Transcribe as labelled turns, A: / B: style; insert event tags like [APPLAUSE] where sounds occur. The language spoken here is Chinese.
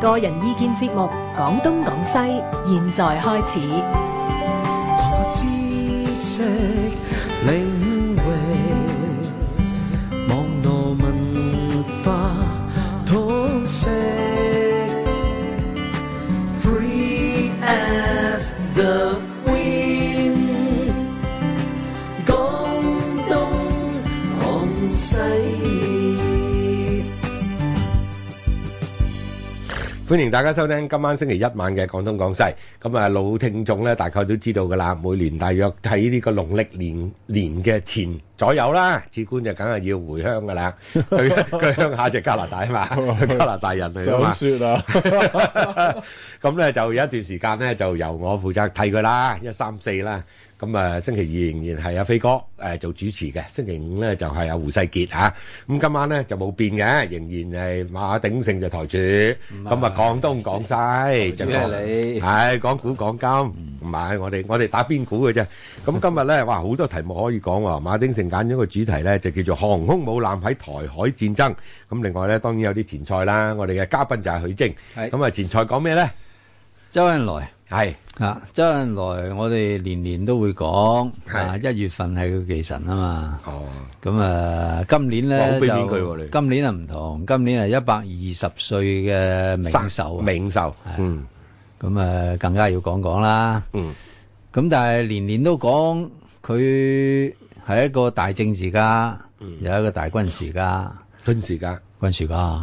A: 個人意見節目《廣東廣西》，現在開始。
B: 我知識領域，網絡文化通識，free as the wind，廣東廣西。
C: 歡迎大家收聽今晚星期一晚嘅廣東廣西。咁啊，老聽眾咧大概都知道噶啦，每年大約喺呢個農曆年年嘅前左右啦，志官就梗係要回鄉噶啦。 [LAUGHS] 佢佢鄉下就加拿大啊嘛，佢加拿大人嚟啊嘛
D: 想。雪啊，
C: [LAUGHS] 咁咧就有一段時間咧，就由我負責替佢啦，一三四啦。咁啊，星期二仍然係阿飛哥誒、做主持嘅，星期五咧就係、阿胡世傑嚇、啊。咁今晚咧就冇變嘅，仍然係馬鼎盛就台主。咁啊，廣東廣西就
D: 係
C: 講
D: 你
C: 係講股講金，唔係我哋我哋打邊股嘅啫。
E: [LAUGHS]
C: 咁今日咧，哇好多題目可以講喎。馬鼎盛揀咗個主題咧，就叫做航空母艦喺台海戰爭。咁另外咧，當然有啲前菜啦。我哋嘅嘉賓就係許晶。
E: 係
C: 咁啊，前菜講咩咧？
E: 周恩來
C: 係
E: 啊，周恩來我哋年年都會講，
C: 係
E: 啊一月份係佢忌神啊嘛，
C: 哦，
E: 咁啊今年咧
C: 講俾
E: 就
C: 面佢喎你
E: 今年啊唔同，今年係一百二十歲嘅名手啊，
C: 冥壽，嗯
E: 咁啊更加要講講啦。
C: 嗯，
E: 咁但係年年都講佢
C: 嗯
E: 係一個大政治家，有一個大軍事家，
C: 吞時間。
E: 軍事家。